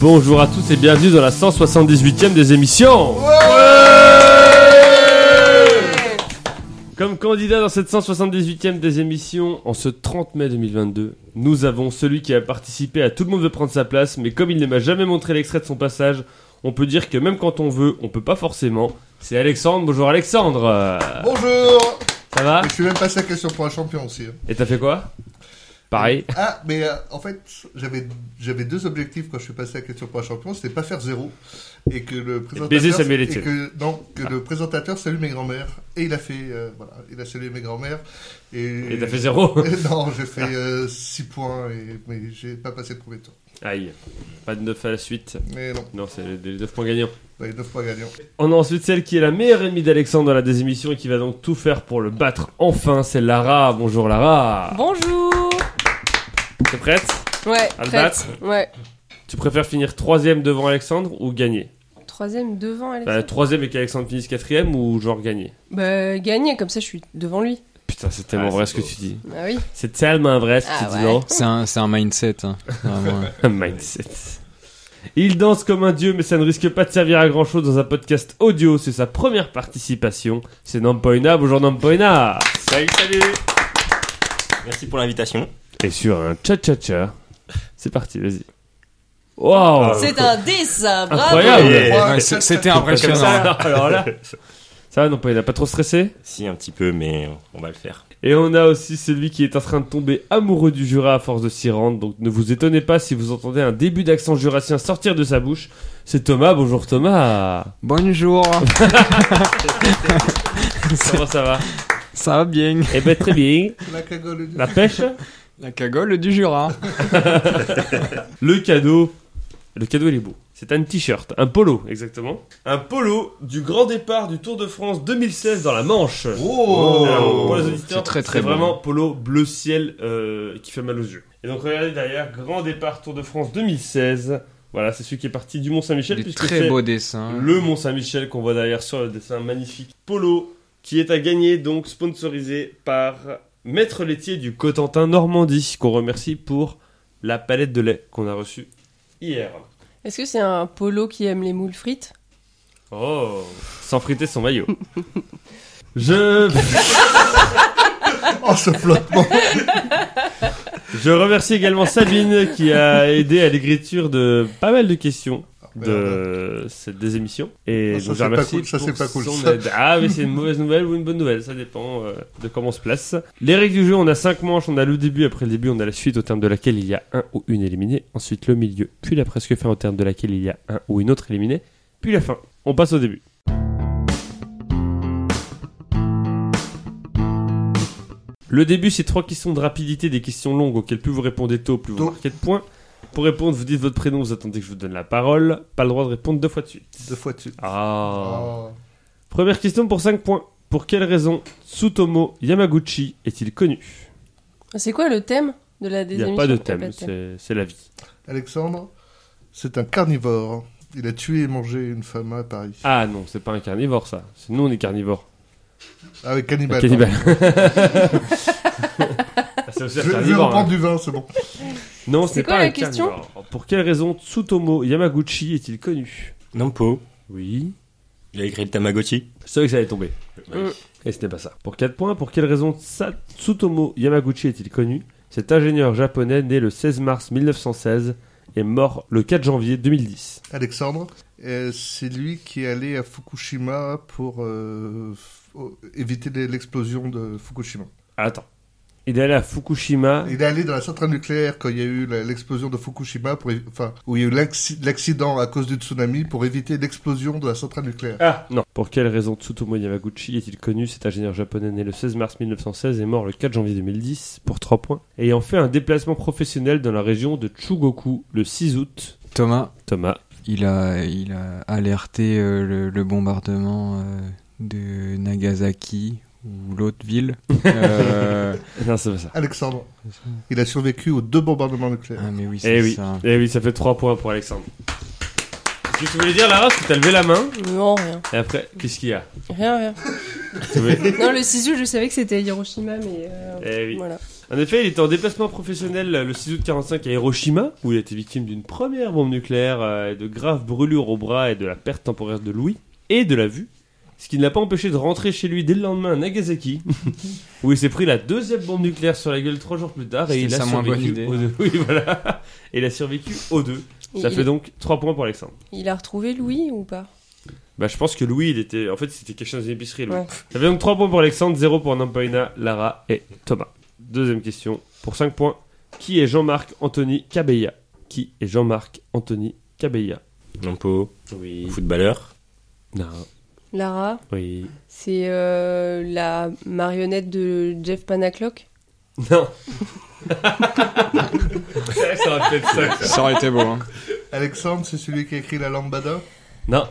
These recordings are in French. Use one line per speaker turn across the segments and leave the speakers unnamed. Bonjour à tous et bienvenue dans la 178e des émissions. Comme candidat dans cette 178e des émissions, en ce 30 mai 2022, nous avons celui qui a participé à Tout le monde veut prendre sa place, mais comme il ne m'a jamais montré l'extrait de son passage, on peut dire que même quand on veut, on peut pas forcément. C'est Alexandre, bonjour Alexandre Euh,
Bonjour
Ça va
Je suis même passé à la question pour un champion aussi. hein.
Et t'as fait quoi Pareil
Ah, mais euh, en fait, j'avais j'avais deux objectifs quand je suis passé à la question pour un champion, c'était pas faire zéro et que le présentateur
baiser Samuel
et
Etienne. Ah.
que non, que le présentateur salue mes grands-mères et il a fait euh, voilà, il a salué mes grands-mères et
Et t'as fait zéro
non, j'ai fait 6 points et mais j'ai pas passé le premier tour.
Aïe. Pas de 9 à la suite.
Mais non,
Non, c'est les 9 points gagnants.
bah, 9 points gagnants.
On a ensuite celle qui est la meilleure ennemie d'Alexandre dans la désémission et qui va donc tout faire pour le battre enfin, c'est Lara. Bonjour Lara.
Bonjour
T'es prête
Ouais,
À le
prête. Ouais.
Tu préfères finir troisième devant Alexandre ou gagner
Troisième devant Alexandre.
Bah, Troisième et qu'Alexandre finisse quatrième ou genre gagner
Bah, gagner, comme ça je suis devant lui.
Putain, c'est tellement
Ah,
vrai ce
c'est
que
beau.
tu dis.
Ah oui.
C'est tellement vrai ce que
Ah
tu
ouais.
dis, non
C'est un, c'est un mindset. hein. Vraiment, hein.
Mindset. Il danse comme un dieu, mais ça ne risque pas de servir à grand chose dans un podcast audio. C'est sa première participation. C'est Nampoina. Bonjour Nampoina.
Salut, salut Merci pour l'invitation.
Et sur un cha-cha-cha. Ah, C'est parti, vas-y. Waouh!
C'est
un 10,
Incroyable.
Yeah.
Trois,
Ouais,
quatre,
c'est- C'était
quatre,
impressionnant. hein.
Alors, alors là, ça va, non, pas, il a pas trop stressé.
Si, un petit peu, mais on va le faire.
Et on a aussi celui qui est en train de tomber amoureux du Jura à force de s'y rendre. Donc ne vous étonnez pas si vous entendez un début d'accent jurassien sortir de sa bouche. C'est Thomas. Bonjour Thomas.
Bonjour,
Comment ça va?
ça va bien
Eh ben très bien.
La cagole du...
La pêche?
La cagole du Jura.
Le cadeau. Le cadeau, il est beau. C'est un t-shirt, un polo, exactement. Un polo du grand départ du Tour de France 2016 dans la Manche.
Oh,
Alors, pour les auditeurs,
C'est très, très
c'est
bon.
vraiment polo bleu ciel euh, qui fait mal aux yeux. Et donc regardez derrière, grand départ Tour de France 2016. Voilà, c'est celui qui est parti du Mont Saint-Michel.
Des
puisque
très
c'est
beaux dessins.
Le Mont Saint-Michel qu'on voit derrière sur le dessin magnifique. Polo qui est à gagner, donc sponsorisé par Maître Laitier du Cotentin Normandie, qu'on remercie pour la palette de lait qu'on a reçue hier.
Est-ce que c'est un polo qui aime les moules frites
Oh Sans friter son maillot. Je
oh, ce flottement
Je remercie également Sabine qui a aidé à l'écriture de pas mal de questions de cette des émissions et
ben
donc,
Ah, ça,
je
c'est
la
pas
remercie
cool, ça,
pour
c'est pas cool,
son
ça.
aide. ah mais c'est une mauvaise nouvelle ou une bonne nouvelle ça dépend euh, de comment on se place les règles du jeu on a cinq manches on a le début après le début on a la suite au terme de laquelle il y a un ou une éliminée ensuite le milieu puis la presque fin au terme de laquelle il y a un ou une autre éliminée puis la fin on passe au début Le début, c'est trois questions de rapidité, des questions longues auxquelles plus vous répondez tôt, plus vous
Tôt.
marquez de points. Pour répondre, vous dites votre prénom, vous attendez que je vous donne la parole. Pas le droit de répondre deux fois de suite.
deux fois dessus.
Ah.
Oh.
Première question pour 5 points. Pour quelle raison Tsutomo Yamaguchi est-il connu
C'est quoi le thème de la
Il n'y
désémission
a pas de thème, c'est c'est la vie.
Alexandre, c'est un carnivore. Il a tué et mangé une femme à Paris.
Ah non, c'est pas un carnivore ça. C'est- Nous, on est carnivores.
Avec cannibale.
Cannibale. Ah, c'est aussi
Je,
un
je vais
carnivore,
reprendre
hein.
du vin, c'est bon.
Non,
C'est
ce n'est
quoi
pas
la
un
question
carnivore. Pour quelle raison Tsutomo Yamaguchi est-il connu
Nampo,
Oui.
il a écrit le Tamagotchi.
Je savais que ça allait tomber.
Mm.
Ouais.
Et ce n'est pas ça. Pour 4 points, pour quelle raison Sa- Tsutomo Yamaguchi est-il connu Cet ingénieur japonais né le 16 mars 1916 est mort le 4 janvier 2010.
Alexandre, euh, c'est lui qui est allé à Fukushima pour euh, f- oh, éviter les- l'explosion de Fukushima.
Attends. Il est allé à Fukushima.
Il est allé dans la centrale nucléaire quand il y a eu la- l'explosion de Fukushima, pour, é- enfin, où il y a eu l'acci- l'accident à cause du tsunami pour éviter l'explosion de la centrale nucléaire.
Ah non. Pour quelle raison Tsutomo Yamaguchi est-il connu Cet ingénieur japonais né le 16 mars 1916 est mort le 4 janvier 2010 pour 3 points, ayant fait un déplacement professionnel dans la région de Chugoku le 6 août.
Thomas,
Thomas.
il a, il a alerté euh, le, le bombardement euh, de Nagasaki ou l'autre ville. Euh,
Non, c'est pas ça.
Alexandre, il a survécu aux deux bombardements nucléaires.
ah mais oui, c'est
Eh oui.
ça.
Eh oui, ça fait 3 points pour Alexandre. Qu'est-ce que tu voulais dire, Lara Parce que t'as levé la main.
Euh, Non, rien.
Et après, qu'est-ce qu'il y a
Rien, rien.
Oui.
Non, le Sisu, je savais que c'était Hiroshima, mais euh,
Eh oui.
voilà.
En effet, il était en déplacement professionnel euh, le 6 août 45 à Hiroshima, où il a été victime d'une première bombe nucléaire, euh, et de graves brûlures au bras et de la perte temporaire de l'ouïe et de la vue, ce qui ne l'a pas empêché de rentrer chez lui dès le lendemain à Nagasaki, où il s'est pris la deuxième bombe nucléaire sur la gueule trois jours plus tard et
C'était
il a
sa moins bonne
survécu
idée.
aux deux. Oui, voilà. Et il a survécu aux deux. Ça
il,
fait donc 3 points pour Alexandre.
il a retrouvé Louis ou pas
Bah, je pense que Louis, il était. En fait, c'était caché dans une épicerie, Louis.
Ouais.
Ça fait donc 3 points pour Alexandre, 0 pour Nampaina, Lara et Thomas. Deuxième question, pour 5 points. Qui est Jean-Marc Anthony Cabella Qui est Jean-Marc Anthony Cabella
Nampo,
Oui.
footballeur.
Non.
Lara,
Oui.
c'est euh, la marionnette de Jeff Panaclock
Non. ça aurait peut-être ça.
Ça aurait été beau. Hein.
Alexandre, c'est celui qui a écrit la lambada
Non.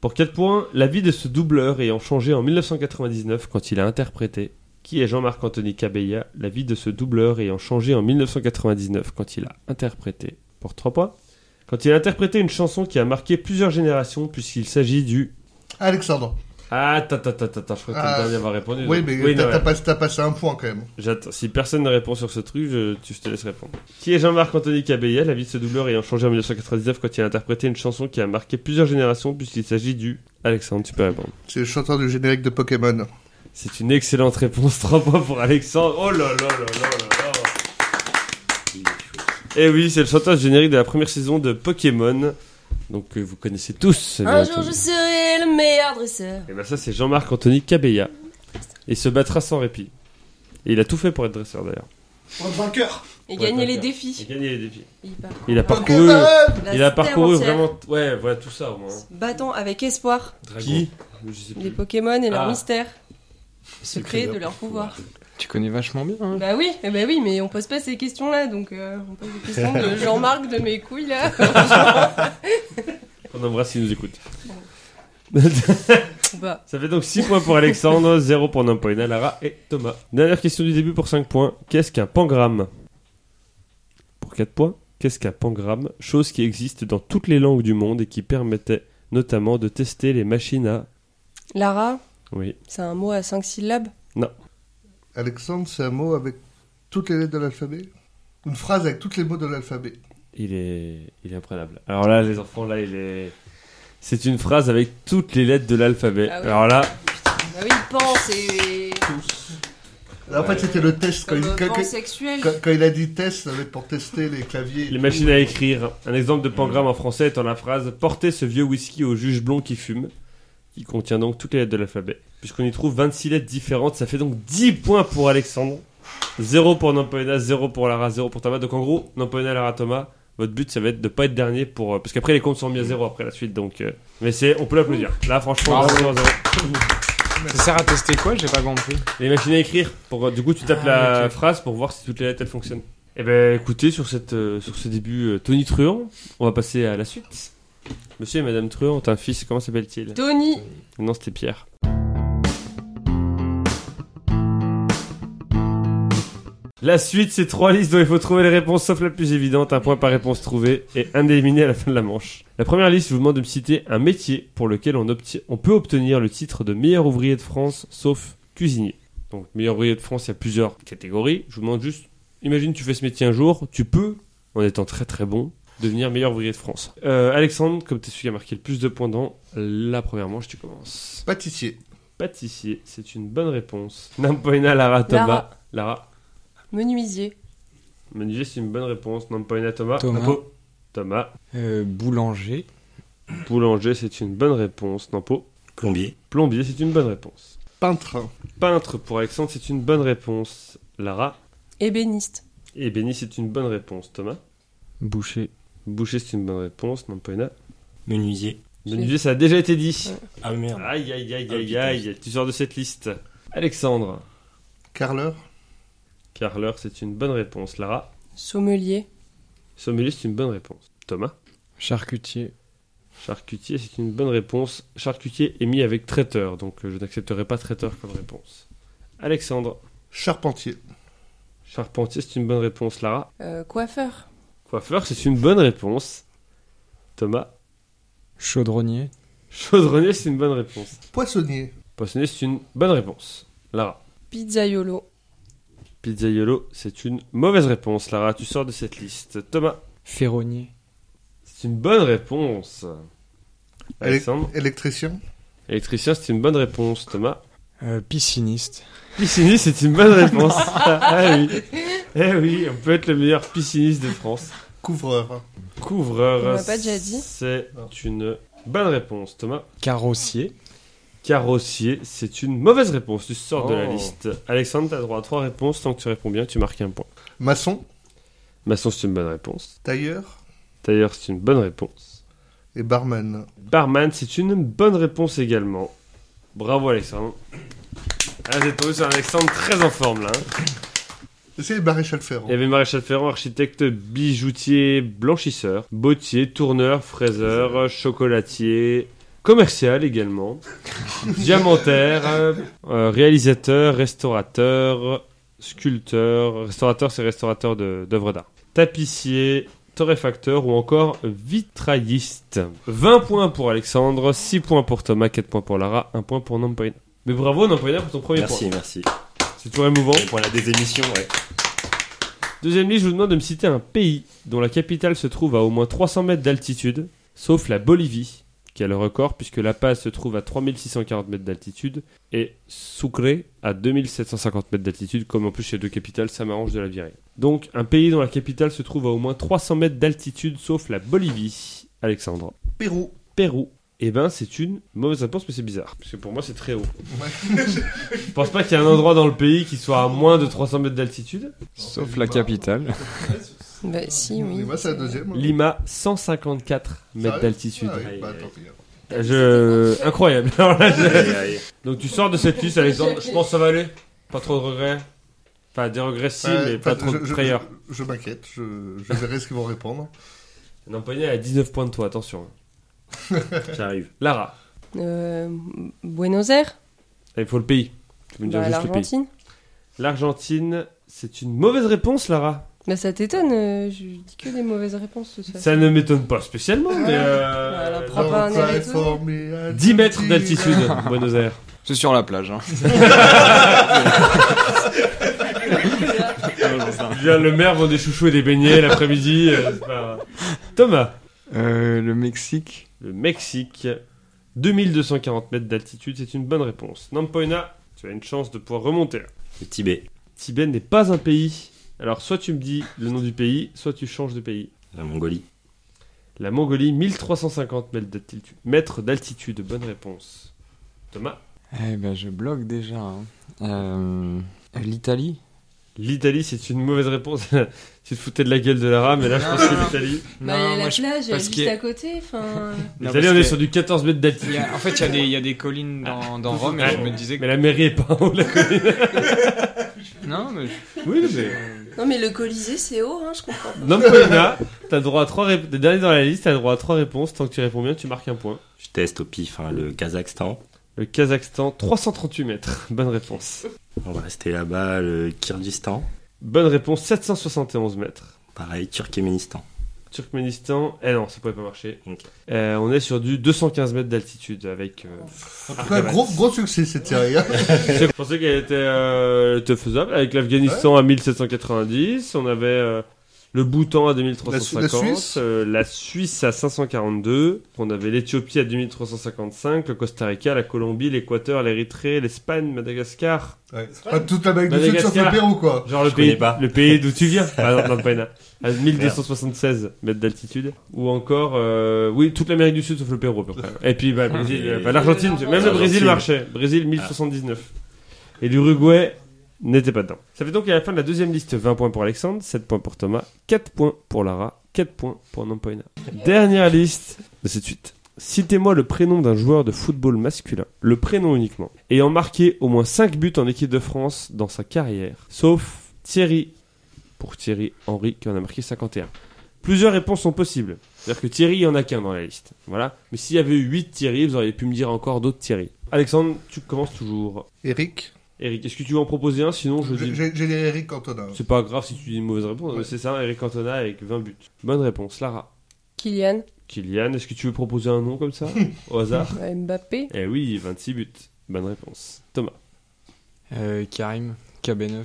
Pour 4 points, la vie de ce doubleur ayant changé en 1999 quand il a interprété. Qui est Jean-Marc-Anthony Cabella La vie de ce doubleur ayant changé en 1999 quand il a interprété. Pour 3 points. Quand il a interprété une chanson qui a marqué plusieurs générations puisqu'il s'agit du...
Alexandre.
Ah, ta ta ta ta ta, je crois que
Ah.
t'as bien avoir répondu.
Oui,
donc.
mais
non,
t'as
ouais.
t'as passé, t'as passé un point quand même.
J'attends. Si personne ne répond sur ce truc, je, tu- je te laisse répondre. Qui est Jean-Marc Anthony Cabella, la vie de ce doubleur ayant changé en 1999 quand il a interprété une chanson qui a marqué plusieurs générations puisqu'il s'agit du... Alexandre, tu peux répondre.
C'est le chanteur du générique de Pokémon.
C'est une excellente réponse, 3 points pour Alexandre. Oh là là là là là là Eh oui, c'est le chanteur du générique de la première saison de Pokémon, donc que vous connaissez tous. bien
Un jour
entendu.
je serai le meilleur dresseur.
Et ben ça, c'est Jean-Marc Anthony Cabella. Il se battra sans répit. Et il a tout fait pour être dresseur d'ailleurs.
Pour être vainqueur.
Et
Ouais,
gagner
vainqueur.
les
Il a
défis.
gagné les défis.
Il part.
Il a parcouru...
Pokémon
La
Il a
cité
parcouru
avant-hier.
vraiment. Ouais, voilà tout ça au moins.
Battant avec espoir
Qui Je sais
les
plus.
Pokémon et leur
Ah.
mystère. Secret de leur pouvoir.
Tu connais vachement bien. Hein.
Bah oui, eh bah oui, mais on pose pas ces questions-là, donc euh, on pose des questions de Jean-Marc de mes couilles là.
On embrasse s'il nous écoute.
bah,
Ça fait donc 6 points pour Alexandre, 0 pour Nampoina, Lara et Thomas. Dernière question du début pour 5 points. Qu'est-ce qu'un pangramme Pour 4 points, qu'est-ce qu'un pangramme Chose qui existe dans toutes les langues du monde et qui permettait notamment de tester les machines à.
Lara,
Oui.
c'est un mot à cinq syllabes.
Alexandre, c'est un mot avec toutes les lettres de l'alphabet Une phrase avec toutes les mots de l'alphabet.
Il est, il est imprenable. Alors là, les enfants, là, il est. C'est une phrase avec toutes les lettres de l'alphabet.
Ah oui.
Alors là,
Bah oui, pan, c'est
En fait, c'était le test. Quand,
comme
il, quand-
pan sexuel.
quand- quand il a dit test, ça va être pour tester les claviers.
Les machines à écrire. Un exemple de pangramme en français étant la phrase Portez ce vieux whisky au juge blond qui fume, qui contient donc toutes les lettres de l'alphabet. Puisqu'on y trouve 26 lettres différentes, ça fait donc 10 points pour Alexandre, 0 pour Nampona, 0 pour Lara, 0 pour Thomas. Donc en gros, Nampona, Lara, Thomas, votre but ça va être de pas être dernier pour. euh, parce qu'après les comptes sont mis à 0 après la suite, donc. euh, mais c'est, on peut l'applaudir. Là franchement,
Bravo.
zéro, zéro, zéro.
Ça sert à tester quoi J'ai pas compris.
Les machines à écrire, pour, euh, du coup tu tapes
Ah,
la
ok.
phrase pour voir si toutes les lettres elles fonctionnent. Eh ben écoutez, sur, cette, euh, sur ce début euh, Tony Truant, on va passer à la suite. Monsieur et Madame Truant ont un fils, comment s'appelle-t-il
Tony,
Non, c'était Pierre. La suite, c'est trois listes dont il faut trouver les réponses, sauf la plus évidente, un point par réponse trouvée et un éliminé à la fin de la manche. La première liste, je vous demande de me citer un métier pour lequel on, obti- on peut obtenir le titre de meilleur ouvrier de France, sauf cuisinier. Donc, meilleur ouvrier de France, il y a plusieurs catégories. Je vous demande juste, imagine tu fais ce métier un jour, tu peux, en étant très très bon, devenir meilleur ouvrier de France. Euh, Alexandre, comme tu es celui qui a marqué le plus de points dans la première manche, tu commences.
Pâtissier.
Pâtissier, c'est une bonne réponse. Nampoina, Lara, Thomas. Lara.
Lara. menuisier.
Menuisier, c'est une bonne réponse. Nampoina, Thomas.
Thomas.
Nampo. Thomas.
Euh, boulanger.
Boulanger, c'est une bonne réponse. Nampo.
Plombier.
Plombier, c'est une bonne réponse.
Peintre.
Peintre, pour Alexandre, c'est une bonne réponse. Lara.
Ébéniste.
Ébéniste, c'est une bonne réponse. Thomas.
Boucher.
Boucher, c'est une bonne réponse. Nampoina.
Menuisier.
Menuisier, ça a déjà été dit.
Ah merde.
Aïe, aïe, aïe,
Ah,
aïe,
putain.
aïe. Tu sors de cette liste. Alexandre.
Carleur.
Carleur, c'est une bonne réponse. Lara.
Sommelier.
Sommelier, c'est une bonne réponse. Thomas.
Charcutier.
Charcutier, c'est une bonne réponse. Charcutier est mis avec traiteur, donc euh, je n'accepterai pas traiteur comme réponse. Alexandre,
Charpentier.
charpentier, c'est une bonne réponse. Lara,
euh, coiffeur.
coiffeur, c'est une bonne réponse. Thomas,
Chaudronnier.
Chaudronnier, c'est une bonne réponse.
Poissonnier.
Poissonnier, c'est une bonne réponse. Lara.
Pizzaiolo.
Pizzaiolo, c'est une mauvaise réponse. Lara, tu sors de cette liste. Thomas.
Ferronnier.
C'est une bonne réponse.
Élec-
Alexandre.
Électricien.
Électricien, c'est une bonne réponse. Thomas.
Euh, pisciniste.
Pisciniste, c'est une bonne réponse. ah oui. Eh oui, on peut être le meilleur pisciniste de France.
Couvreur.
Couvreur.
On l'a pas déjà dit.
C'est une bonne réponse. Thomas.
Carrossier.
Carrossier, c'est une mauvaise réponse. Tu sors de la
Oh.
liste. Alexandre, t'as droit à trois réponses. Tant que tu réponds bien, tu marques un point.
Maçon.
Maçon, c'est une bonne réponse.
Tailleur.
D'ailleurs, c'est une bonne réponse.
Et barman.
Barman, c'est une bonne réponse également. Bravo, Alexandre. Ah, j'ai tombé sur un Alexandre très en forme là. hein.
C'est le maréchal
Il y
Ferrand.
avait maréchal Ferrand, architecte, bijoutier, blanchisseur, bottier, tourneur, fraiseur, chocolatier, commercial également, diamantaire, euh, euh, réalisateur, restaurateur, sculpteur. Restaurateur, c'est restaurateur de- d'œuvres d'art. Tapissier, torréfacteur ou encore vitrailliste. 20 points pour Alexandre, 6 points pour Thomas, 4 points pour Lara, 1 point pour Nampoina. Mais bravo Nampoina pour ton premier
Merci, merci.
point. C'est toujours émouvant.
Et pour la désémission, ouais.
Deuxième liste, je vous demande de me citer un pays dont la capitale se trouve à au moins 300 mètres d'altitude, sauf la Bolivie, qui a le record, puisque La Paz se trouve à 3640 mètres d'altitude et Sucre à 2750 mètres d'altitude. Comme en plus chez deux capitales, ça m'arrange de la virer. Donc, un pays dont la capitale se trouve à au moins 300 mètres d'altitude, sauf la Bolivie. Alexandre.
Pérou.
Pérou. Eh ben, c'est une mauvaise réponse, mais c'est bizarre. Parce que pour moi, c'est très haut. Je pense pas qu'il y ait un endroit dans le pays qui soit à moins de 300 mètres d'altitude.
Sauf la capitale.
Bah si,
Ah, Mais
oui.
moi, c'est la deuxième.
Lima, 154 mètres
Sérieux
d'altitude.
Ah oui,
Aïe,
bah,
aïe,
tant pis, alors.
aïe. Je... Incroyable. Alors là, je-
Aïe, aïe.
Donc tu sors de cette liste, Alexandre. Je pense que ça va aller. Pas trop de regrets. Enfin, des regrets si,
Ouais,
mais pas
enfin,
trop de
je- je-
frayeur.
Je, je m'inquiète, je, je verrai ce qu'ils vont répondre.
Non, Pogné a 19 points de toi, attention.
J'arrive.
Lara,
Euh, Buenos Aires.
il faut le pays. Tu peux me dire
Bah,
juste le pays.
L'Argentine.
L'Argentine, c'est une mauvaise réponse, Lara.
Bah ça t'étonne, euh, je dis que des mauvaises réponses tout ça.
Ça ne m'étonne pas spécialement, mais. euh,
Voilà, prends pas un air étonné.
10 mètres d'altitude, Buenos Aires.
C'est sur la plage. Hein.
Bien, le maire vend des chouchous et des beignets l'après-midi. euh, c'est pas- Thomas.
Euh, le Mexique.
Le Mexique, 2240 mètres d'altitude, c'est une bonne réponse. Nampoina, tu as une chance de pouvoir remonter.
Le Tibet.
Tibet n'est pas un pays. Alors soit tu me dis le nom du pays, soit tu changes de pays.
La Mongolie.
La Mongolie, 1350 mètres d'altitude. Mètres d'altitude, bonne réponse. Thomas,
Eh ben, je bloque déjà. hein. Euh, L'Italie.
l'Italie, c'est une mauvaise réponse. tu te foutais de la gueule de Lara, mais là je pense que l'Italie.
Bah, il y a la
moi, je-
plage, elle est
parce
juste
que-
à côté. Enfin,
Non,
L'Italie,
parce
on est
que-
sur du 14 mètres
il
d'altitude.
y a- En fait, il y a des- il y, a des collines dans, dans Rome et je me disais que.
Mais la mairie est pas en haut de la colline.
Non, mais.
Oui, mais.
non mais le Colisée c'est haut, hein, je comprends.
Nampoina, t'as droit à trois réponses. dernier dans la liste, t'as droit à trois réponses. Tant que tu réponds bien, tu marques un point.
Je teste au pif hein, le Kazakhstan.
Le Kazakhstan, 338 mètres. Bonne réponse.
On va rester là-bas. Le Kyrgyzstan.
Bonne réponse, 771 mètres.
Pareil, Turkménistan.
Turkménistan, eh non, ça pouvait pas marcher.
Ok.
Euh, on est sur du 215 mètres d'altitude avec. euh,
Un gros, gros succès cette série. hein.
Je pensais qu'elle était, euh, elle était faisable avec l'Afghanistan à 1790. On avait euh, le Bhoutan à
La
2350,
Su- la Suisse.
euh, la Suisse à 542. On avait l'Éthiopie à 2355, le Costa Rica, la Colombie, l'Équateur, l'Érythrée, l'Espagne, Madagascar.
Ouais. Enfin, toute l'Amérique du Sud sauf le
Madagascar.
Pérou, quoi.
Genre le
Je connais
pays,
pas.
le pays d'où tu viens, par exemple, dans le Paina, à 1276 mètres d'altitude. Ou encore, euh, oui, toute l'Amérique du Sud sauf le Pérou à peu près. Et puis bah, le Brésil,
Et-
euh, bah, l'Argentine,
Et
même le Brésil
l'Argentine.
marchait. Brésil 1079. Et l'Uruguay n'était pas dedans. Ça fait donc à la fin de la deuxième liste 20 points pour Alexandre, 7 points pour Thomas, 4 points pour Lara, 4 points pour Nampoina. Dernière liste de cette suite. Citez-moi le prénom d'un joueur de football masculin, le prénom uniquement, ayant marqué au moins 5 buts en équipe de France dans sa carrière, sauf Thierry, pour Thierry Henry qui en a marqué 51. Plusieurs réponses sont possibles. C'est-à-dire que Thierry, il n'y en a qu'un dans la liste. Voilà. Mais s'il y avait eu 8 Thierry, vous auriez pu me dire encore d'autres Thierry. Alexandre, tu commences toujours.
Eric.
Eric, est-ce que tu veux en proposer un Sinon, je
J'ai
dis.
j'ai- j'ai les Eric Cantona.
C'est pas grave si tu dis une mauvaise réponse, mais c'est ça, Eric Cantona avec 20 buts. Bonne réponse, Lara.
Kylian,
Kylian, est-ce que tu veux proposer un nom comme ça Au hasard
Mbappé.
Eh oui, 26 buts. Bonne réponse. Thomas.
Euh, Karim, KB9.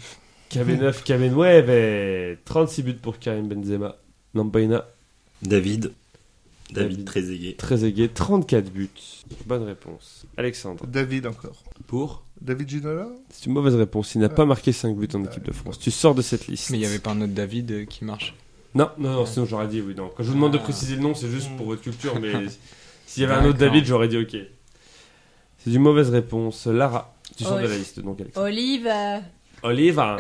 KB9, KB9, ouais, ben, 36 buts pour Karim Benzema. Nambaina,
David.
David.
David Trezeguet.
Trezeguet, 34 buts. Bonne réponse. Alexandre.
David encore.
Pour
David Ginola
C'est une mauvaise réponse. Il n'a pas marqué 5 buts en équipe de France. Tu sors de cette liste.
Euh, Mais il n'y avait pas un autre David euh, qui marche.
Non, non, non, sinon j'aurais dit oui. Non. Quand je vous demande de
Ah.
préciser le nom, c'est juste pour votre culture, mais s'il y avait un autre
D'accord.
David, j'aurais dit ok. C'est une mauvaise réponse. Lara, tu sors
Oh,
de la
oui.
liste donc, Alexandre.
Olive. euh,
Olive, hein.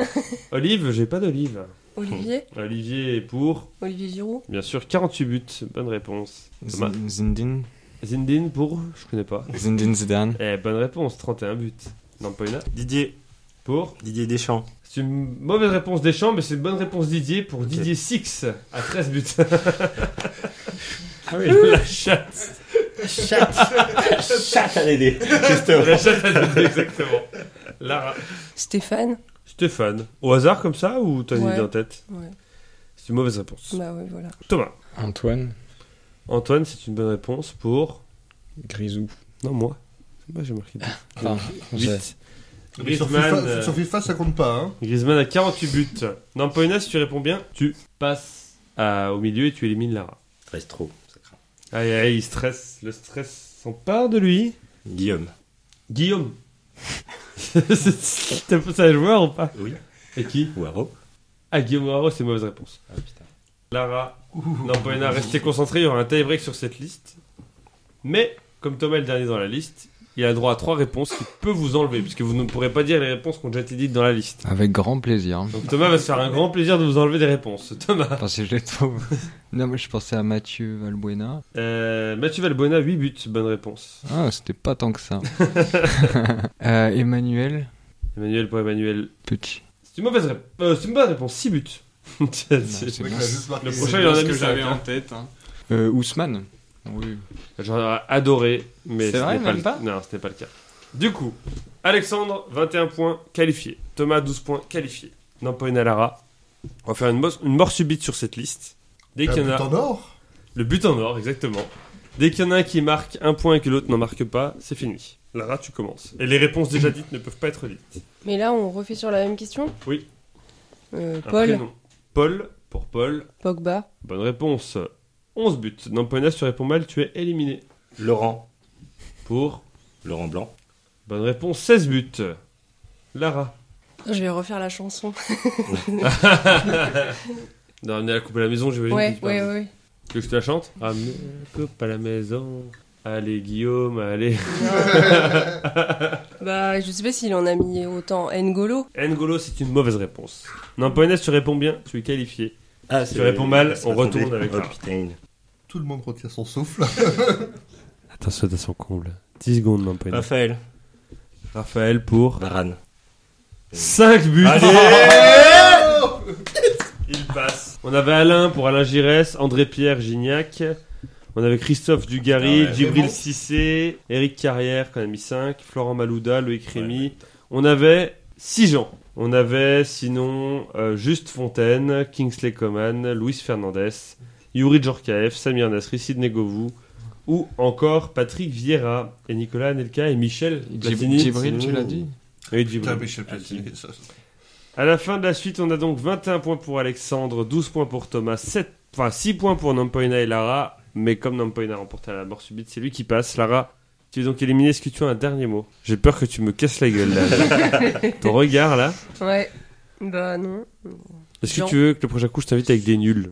Olive, j'ai pas d'olive.
Olivier.
Olivier est pour,
Olivier Giroud.
bien sûr, 48 buts. Bonne réponse. Thomas.
Zin- Zindine.
Zindine pour, je connais pas.
Zindine Zidane.
Eh, bonne réponse, 31 buts. Nampoina
Didier.
pour.
Didier Deschamps.
C'est une mauvaise réponse Deschamps, mais c'est une bonne réponse Didier pour Didier Six à 13 buts. ah oui. La chatte.
Chat à l'aider. Justement.
La chatte à Didier, exactement. Lara.
Stéphane.
Stéphane. Au hasard comme ça ou t'as une
Ouais.
idée en tête
Ouais.
C'est une mauvaise réponse.
Bah ouais, voilà.
Thomas.
Antoine.
Antoine, c'est une bonne réponse pour.
Grisou.
Non, moi. Moi, j'ai marqué
Enfin, j'ai-
8.
Mais sur,
Griezmann,
FIFA,
euh,
sur FIFA, ça compte pas. Hein.
Griezmann a 48 buts. Nampoina, si tu réponds bien, tu passes à- au milieu et tu élimines Lara.
Reste trop. ça craint.
Aïe, aïe, il stresse. Le stress s'empare de lui.
Guillaume.
Guillaume. C'est- T'as pensé à un joueur ou pas
Oui.
Et qui
Ou Haro.
Ah, Guillaume Moirot, c'est mauvaise réponse.
Ah putain.
Lara, Nampoena, restez concentrés, il y aura un tie-break sur cette liste. Mais, comme Thomas est le dernier dans la liste, il a droit à trois réponses qu'il peut vous enlever, puisque vous ne pourrez pas dire les réponses qui ont déjà été dites dans la liste.
Avec grand plaisir. hein.
Donc Thomas va se faire un grand plaisir de vous enlever des réponses. Thomas.
Parce que je le trouve. non, moi je pensais à Mathieu Valbuena.
Euh, Mathieu Valbuena, 8 buts, bonne réponse.
Ah, c'était pas tant que ça. Euh, Emmanuel
Emmanuel pour Emmanuel.
Petit.
C'est une mauvaise réponse. Euh, c'est une bonne réponse, 6 buts. C'est-
c'est
c'est-
bon.
il a juste marqué-
Le
c'est-
prochain, il en a
ce
mis
que
cinq,
j'avais en
hein.
tête. hein.
Euh, Ousmane. Oui.
J'aurais adoré, mais
C'est
ce
vrai,
n'est pas
même
le-
pas
Non, ce n'est pas le cas. Du coup, Alexandre, 21 points, qualifié. Thomas, 12 points, qualifié. Nampoina Lara. On va faire une, mos- une mort subite sur cette liste. Dès
Ah,
qu'il y en a.
putain d'or
Le but en or, exactement. Dès qu'il y en a un qui marque un point et que l'autre n'en marque pas, c'est fini. Lara, tu commences. Et les réponses déjà dites ne peuvent pas être dites.
Mais là, on refait sur la même question
Oui.
Euh,
Un
Paul.
prénom. Paul, pour Paul,
Pogba.
bonne réponse. 11 buts. Nampoina, si tu réponds mal, tu es éliminé.
Laurent.
Pour
Laurent Blanc.
Bonne réponse, 16 buts. Lara.
Je vais refaire la chanson.
Non, ramener la coupe à la maison, j'imagine.
Ouais,
que tu
ouais,
parles.
ouais.
Tu veux que je te la chante Ramener la coupe à la maison. Allez, Guillaume, allez.
Bah, je sais pas s'il en a mis autant. N'Golo.
N'Golo, c'est une mauvaise réponse. Non, Poinès, tu réponds bien, tu es qualifié.
Ah,
Tu réponds mal, on retourne
attendez.
avec
Oh
Lara.
putain.
Tout le monde retient son souffle.
Attention, à son comble. 10 secondes, non, Poinès.
Raphaël.
Raphaël pour
Varane.
5 buts.
Oh
Il passe. On avait Alain pour Alain Giresse, André-Pierre Gignac. On avait Christophe Dugarry,
Putain, ouais.
Djibril
Raymond.
Cissé, Eric Carrière, quand a mis 5, Florent Malouda, Loïc Rémy.
Ouais,
On avait 6 gens. On avait sinon euh, Juste Fontaine, Kingsley Coman, Luis Fernandez, Yuri Djorkaeff, Samir Nasri, Sidney Govou, ou encore Patrick Vieira, et Nicolas Anelka et Michel Platini.
Djibril, tu l'as dit
Oui, Djibril.
Putain, Michel Platini, ça, ça.
À la fin de la suite, on a donc 21 points pour Alexandre, 12 points pour Thomas, 7, enfin 6 points pour Nampoina et Lara. Mais comme Nampoina a remporté à la mort subite, c'est lui qui passe. Lara, tu es donc éliminé. Est-ce que tu as un dernier mot J'ai peur que tu me casses la gueule là. Ton regard là.
Ouais. Bah non.
Est-ce que
Non.
tu veux que le prochain coup je t'invite avec des nuls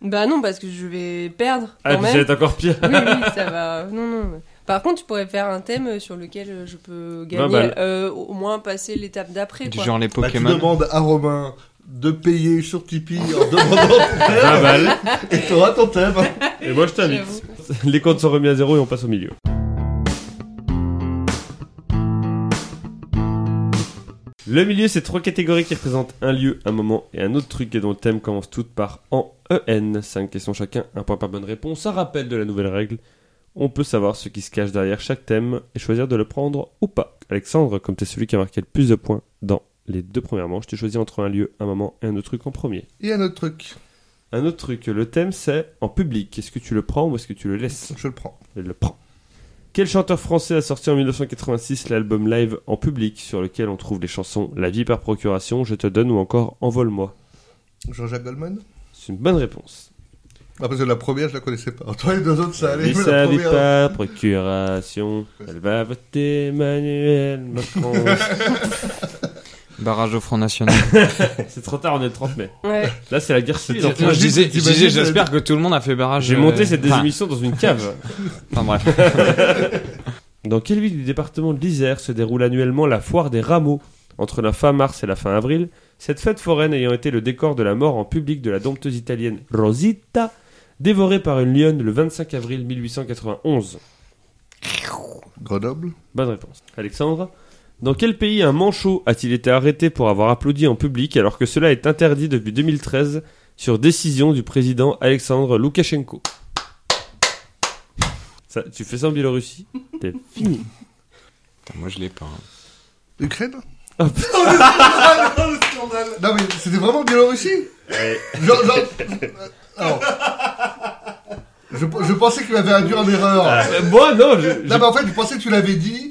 Bah non, parce que je vais perdre.
Ah,
quand
puis ça
même.
va être encore pire.
Oui, oui, ça va. Non, non. Par contre, tu pourrais faire un thème sur lequel je peux gagner,
balles.
euh, au moins passer l'étape d'après.
Du
quoi.
genre les
Bah, tu
Pokémon.
demandes à Romain de payer sur Tipeee en demandant
20 balles.
et t'auras ton thème.
Et moi je t'invite. Les comptes sont remis à zéro et on passe au milieu. Le milieu, c'est trois catégories qui représentent un lieu, un moment et un autre truc et dont le thème commence toutes par en EN. Cinq questions chacun, un point par bonne réponse. Un rappel de la nouvelle règle. On peut savoir ce qui se cache derrière chaque thème et choisir de le prendre ou pas. Alexandre, comme tu es celui qui a marqué le plus de points dans les deux premières manches, tu choisis entre un lieu, un moment et un autre truc en premier.
Et un autre truc.
Un autre truc, le thème c'est en public. Est-ce que tu le prends ou est-ce que tu le laisses
Je le prends.
Elle le prend. Quel chanteur français a sorti en 1986 l'album live en public sur lequel on trouve les chansons La vie par procuration, Je te donne ou encore Envole-moi
Jean-Jacques Goldman
C'est une bonne réponse.
Ah, parce que la première, je la connaissais pas. Toi, les deux autres, ça allait.
Et
mais
sa
la
vie
première...
par procuration, elle va voter Emmanuel Macron.
Barrage au Front National.
c'est trop tard, on est le 30 mai.
Ouais.
Là, c'est la guerre civile.
Enfin,
Moi, je disais, je
T'imagines-
disais, j'espère que tout le monde a fait barrage.
J'ai
euh,
monté cette
enfin,
désémission dans une cave.
Enfin bref.
Dans quelle ville du département de l'Isère se déroule annuellement la foire des rameaux Entre la fin mars et la fin avril, cette fête foraine ayant été le décor de la mort en public de la dompteuse italienne Rosita, dévorée par une lionne le 25 avril 1891.
Grenoble
Bonne réponse. Alexandre Dans quel pays un manchot a-t-il été arrêté pour avoir applaudi en public alors que cela est interdit depuis 2013 sur décision du président Alexandre Loukachenko Ça, Tu fais ça en Biélorussie T'es fini.
Putain, Moi, je l'ai pas. hein.
Ukraine
Ah,
Ah, non, le scandale Non, mais c'était vraiment Biélorussie Genre, genre... Alors... Je, je pensais qu'il m'avait induit en erreur.
Euh, Moi, non, je, je-
Non, mais en fait, je pensais que tu l'avais dit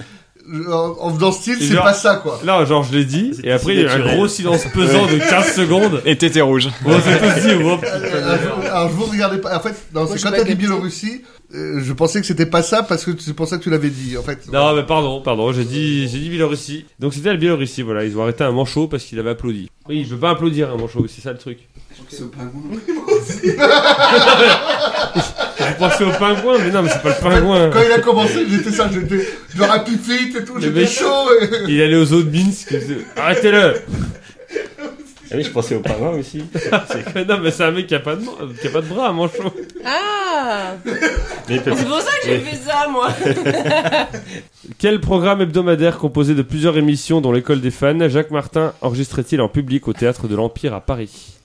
euh, en en faisant style,
Et
c'est
genre-
pas ça, quoi.
Là, genre, je l'ai dit,
C'était
et après, il y a eu un
naturel.
gros silence pesant de 15 secondes.
Et t'étais rouge.
On s'est tous dit, oh,
Euh, Alors, je- alors, je vous regardais pas. En fait, non, c'est
j'ai
quand
pas
t'as dit
capté.
Biélorussie, euh, je pensais que c'était pas ça parce que c'est pour ça que tu l'avais dit, en fait.
Non, mais pardon, pardon, j'ai dit, j'ai dit Biélorussie. Donc c'était la Biélorussie, voilà, ils ont arrêté un manchot parce qu'il avait applaudi. Oui, je veux pas applaudir un manchot, c'est ça le truc. Je pensais au pingouin, mais non, mais c'est pas le
En fait,
pingouin.
Quand il a commencé, j'étais ça, j'étais genre happy feet et tout, j'étais
mec-
chaud. et-
Il allait aux eaux de Minsk. il faisait, Arrêtez-le
Ah oui, je pensais au parrain aussi.
Non, mais c'est un mec qui a pas de, man- qui a pas de bras, un manchot.
Ah
Mais il peut-
C'est pour ça que j'ai
Oui.
fait ça, moi
Quel programme hebdomadaire composé de plusieurs émissions dont l'école des fans, Jacques Martin enregistrait-il en public au théâtre de l'Empire à Paris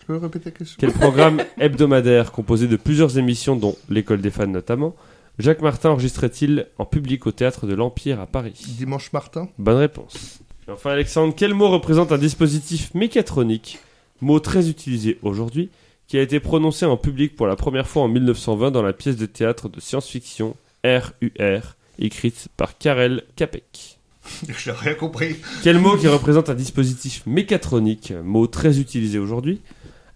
Tu peux répéter la question
Quel programme hebdomadaire composé de plusieurs émissions dont l'école des fans notamment, Jacques Martin enregistrait-il en public au théâtre de l'Empire à Paris
Dimanche Martin
Bonne réponse. Et enfin Alexandre, quel mot représente un dispositif mécatronique, mot très utilisé aujourd'hui, qui a été prononcé en public pour la première fois en 1920 dans la pièce de théâtre de science-fiction RUR, écrite par Karel Capek
J'ai rien compris.
quel mot qui représente un dispositif mécatronique, mot très utilisé aujourd'hui,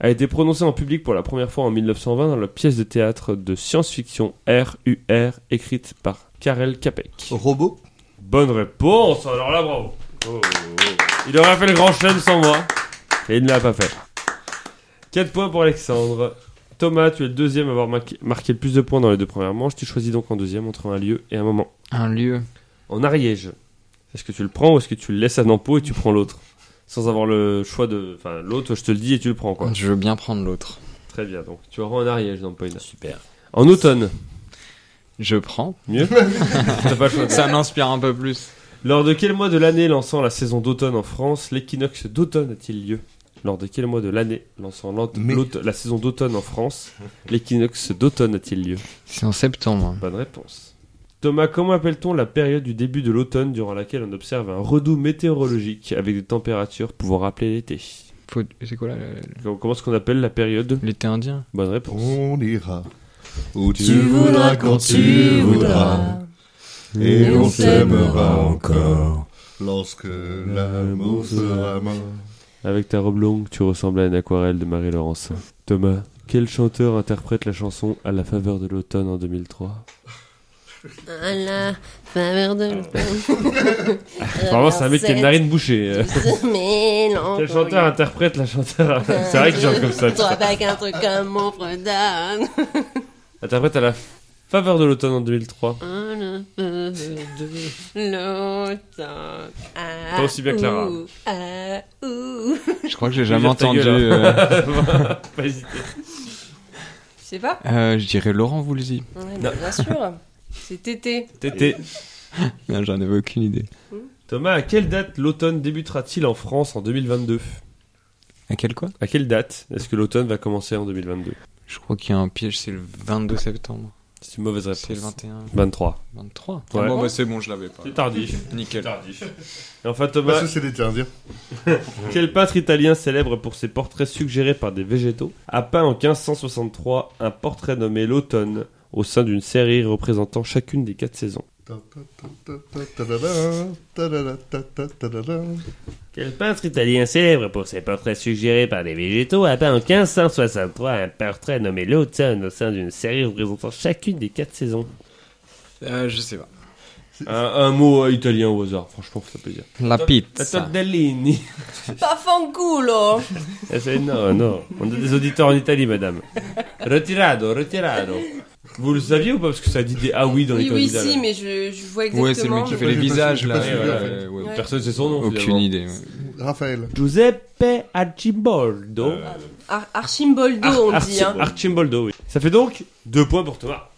a été prononcé en public pour la première fois en 1920 dans la pièce de théâtre de science-fiction RUR écrite par Karel Capek.
Robot
Bonne réponse, alors là bravo. Oh, oh, oh. Il aurait fait le grand chelem sans moi, et il ne l'a pas fait. 4 points pour Alexandre. Thomas, tu es le deuxième à avoir marqué, marqué le plus de points dans les deux premières manches. Tu choisis donc en deuxième entre un lieu et un moment.
Un lieu.
En Ariège, est-ce que tu le prends ou est-ce que tu le laisses à Nampo et tu prends l'autre Sans avoir le choix de. Enfin, l'autre, je te le dis et tu le prends, quoi.
Je veux bien prendre l'autre.
Très bien, donc tu auras en Ariège, Nampoina.
Super.
En automne,
Je prends.
mieux T'as pas le choix.
Ça m'inspire un peu plus.
Lors de quel mois de l'année lançant la saison d'automne en France, l'équinoxe d'automne a-t-il lieu Lors de quel mois de l'année lançant l'ant-
Mais-
l'aut- la saison d'automne en France, l'équinoxe d'automne a-t-il lieu
C'est en septembre. hein.
Bonne réponse. Thomas, comment appelle-t-on la période du début de l'automne durant laquelle on observe un redout météorologique avec des températures pouvant rappeler l'été
Faut- C'est quoi là le- le-
Com- Comment est-ce qu'on appelle la période
L'été indien
Bonne réponse.
On ira où
Tu voudras quand tu voudras, et on s'aimera encore.
lorsque l'amour sera mort.
Avec ta robe longue, tu ressembles à une aquarelle de Marie Laurence. Thomas, quel chanteur interprète la chanson À la faveur de l'automne en 2003
À la faveur de l'automne.
Ah Apparemment, c'est un mec qui a une narine bouchée. euh. Quel
Quel
chanteur interprète la chanteur
Euh,
C'est vrai que j'ai comme ça.
Toi,
putain.
avec un truc comme mon fredan.
Interprète à la faveur de l'automne en 2003.
À la faveur de l'automne. Ah,
Pas aussi bien que Clara.
ouh, ah, ouh.
Je crois que j'ai jamais
Ouvre ta
entendu.
gueule, hein.
euh,
Pas hésiter.
Je sais pas.
euh, je dirais Laurent Voulzy.
Ouais,
Non.
mais bien sûr. C'est Tété.
Tété.
Non, J'en avais aucune idée.
Thomas, à quelle date l'automne débutera-t-il en France en 2022
À quel quoi
À quelle date est-ce que l'automne va commencer en 2022
Je crois qu'il y a un piège, c'est le 22 septembre.
C'est une mauvaise
C'est le
réponse.
21,
23.
23.
Ouais.
Ah bon, bah, c'est bon, je l'avais pas.
C'est tardif.
Nickel.
Et enfin,
Parce
Thomas,
que c'est des tiens, dire.
quel peintre italien célèbre pour ses portraits suggérés par des végétaux a peint en 1563 un portrait nommé L'automne au sein d'une série représentant chacune des quatre saisons Quel peintre italien célèbre pour ses portraits suggérés par des végétaux a peint en 1563 un portrait nommé L'automne au sein d'une série représentant chacune des quatre saisons
Euh, je sais pas.
Un, un mot euh, italien au hasard, franchement, ça plaisir.
La pizza.
Tortellini.
Pas hein. fanculo
Eh, c'est- Non, non, on a des auditeurs en Italie, madame. Retirado, retirado. Vous le saviez ou pas Parce que ça dit des ah oui dans les
Oui, oui,
candidats. là.
si, mais je, je vois exactement.
Ouais, c'est le mec qui
je-
fait les
j'ai pas
visages
su- j'ai
là.
pas suivi,
ouais,
en fait.
ouais, ouais.
Ouais.
Personne sait son nom.
Aucune
finalement.
idée. ouais.
Raphaël.
Giuseppe Archimboldo.
Euh,
Ar- Archimboldo,
Ar-
on
Archi-
dit. Hein.
Archimboldo, oui. Ça fait donc deux points pour Thomas.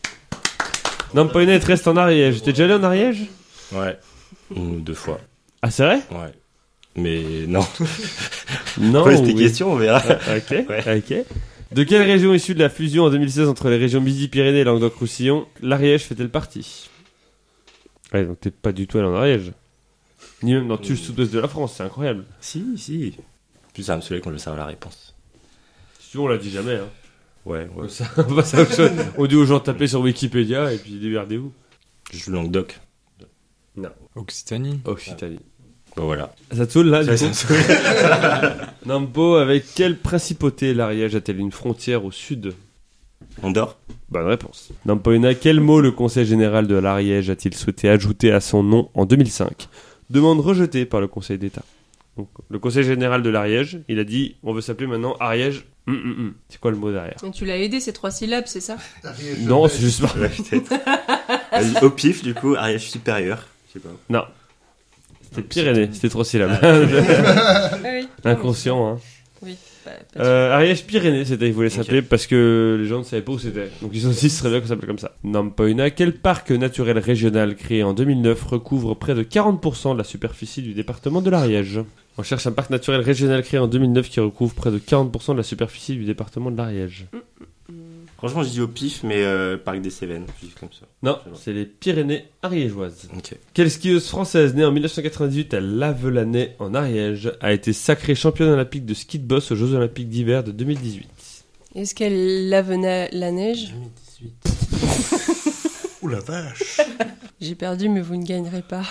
Non, pas une lettre, reste en Ariège. T'es déjà allé en Ariège
Ouais. Ou deux fois.
Ah, c'est vrai
Ouais. Mais non.
Non.
Pose tes
oui.
questions, on verra.
Ok, ok. De quelle région issue de la fusion en 2016 entre les régions Midi-Pyrénées et Languedoc-Roussillon, l'Ariège fait-elle partie Ouais, donc t'es pas du tout allé en Ariège. Ni même dans tout le sud-ouest de la France, c'est incroyable.
Euh. Si, si. Plus ça va me saouler quand je vais savoir la réponse.
Si on l'a dit jamais, hein.
Ouais, ouais.
Ça, on passe à autre chose. On dit aux gens tapez sur Wikipédia et puis démerdez-vous.
Je joue Languedoc.
Occitanie.
Occitanie.
Bah voilà.
Ça te saoule là, du
Oh,
coup
Ça, Bah, ça me saoule.
Nampo, avec quelle principauté l'Ariège a-t-elle une frontière au sud
On dort
Bonne réponse. Nampoina, quel mot le Conseil général de l'Ariège a-t-il souhaité ajouter à son nom en 2005 Demande rejetée par le Conseil d'État. Donc, le Conseil général de l'Ariège, il a dit on veut s'appeler maintenant Ariège. Hum, hum, hum. C'est quoi le mot derrière
Donc, tu l'as aidé, ces trois syllabes, c'est ça
Non, c'est juste pas.
Ouais, peut-être. Vas-y, Au pif, du coup, Ariège supérieur. Je sais pas.
C'était Pyrénées, c'était trois syllabes.
oui.
Inconscient, hein.
Pas- Bah, pas-
Euh, Ariège Pyrénées, c'était, ils voulaient
Ok.
s'appeler parce que les gens ne savaient pas où c'était. Donc ils ont dit, ce serait bien qu'on s'appelle comme ça. Nampoina, quel parc naturel régional créé en 2009 recouvre près de 40% de la superficie du département de l'Ariège On cherche un parc naturel régional créé en 2009 qui recouvre près de 40% de la superficie du département de l'Ariège.
Franchement, je dis au pif, mais euh, Parc des Cévennes. Je dis comme ça.
Non,
C'est bon.
c'est les Pyrénées ariégeoises.
Ok.
Quelle skieuse française née en 1998 à Lavelanais en Ariège a été sacrée championne olympique de ski de boss aux Jeux olympiques d'hiver de 2018
Est-ce qu'elle lave na- la neige
Ouh la vache.
J'ai perdu, mais vous ne gagnerez pas.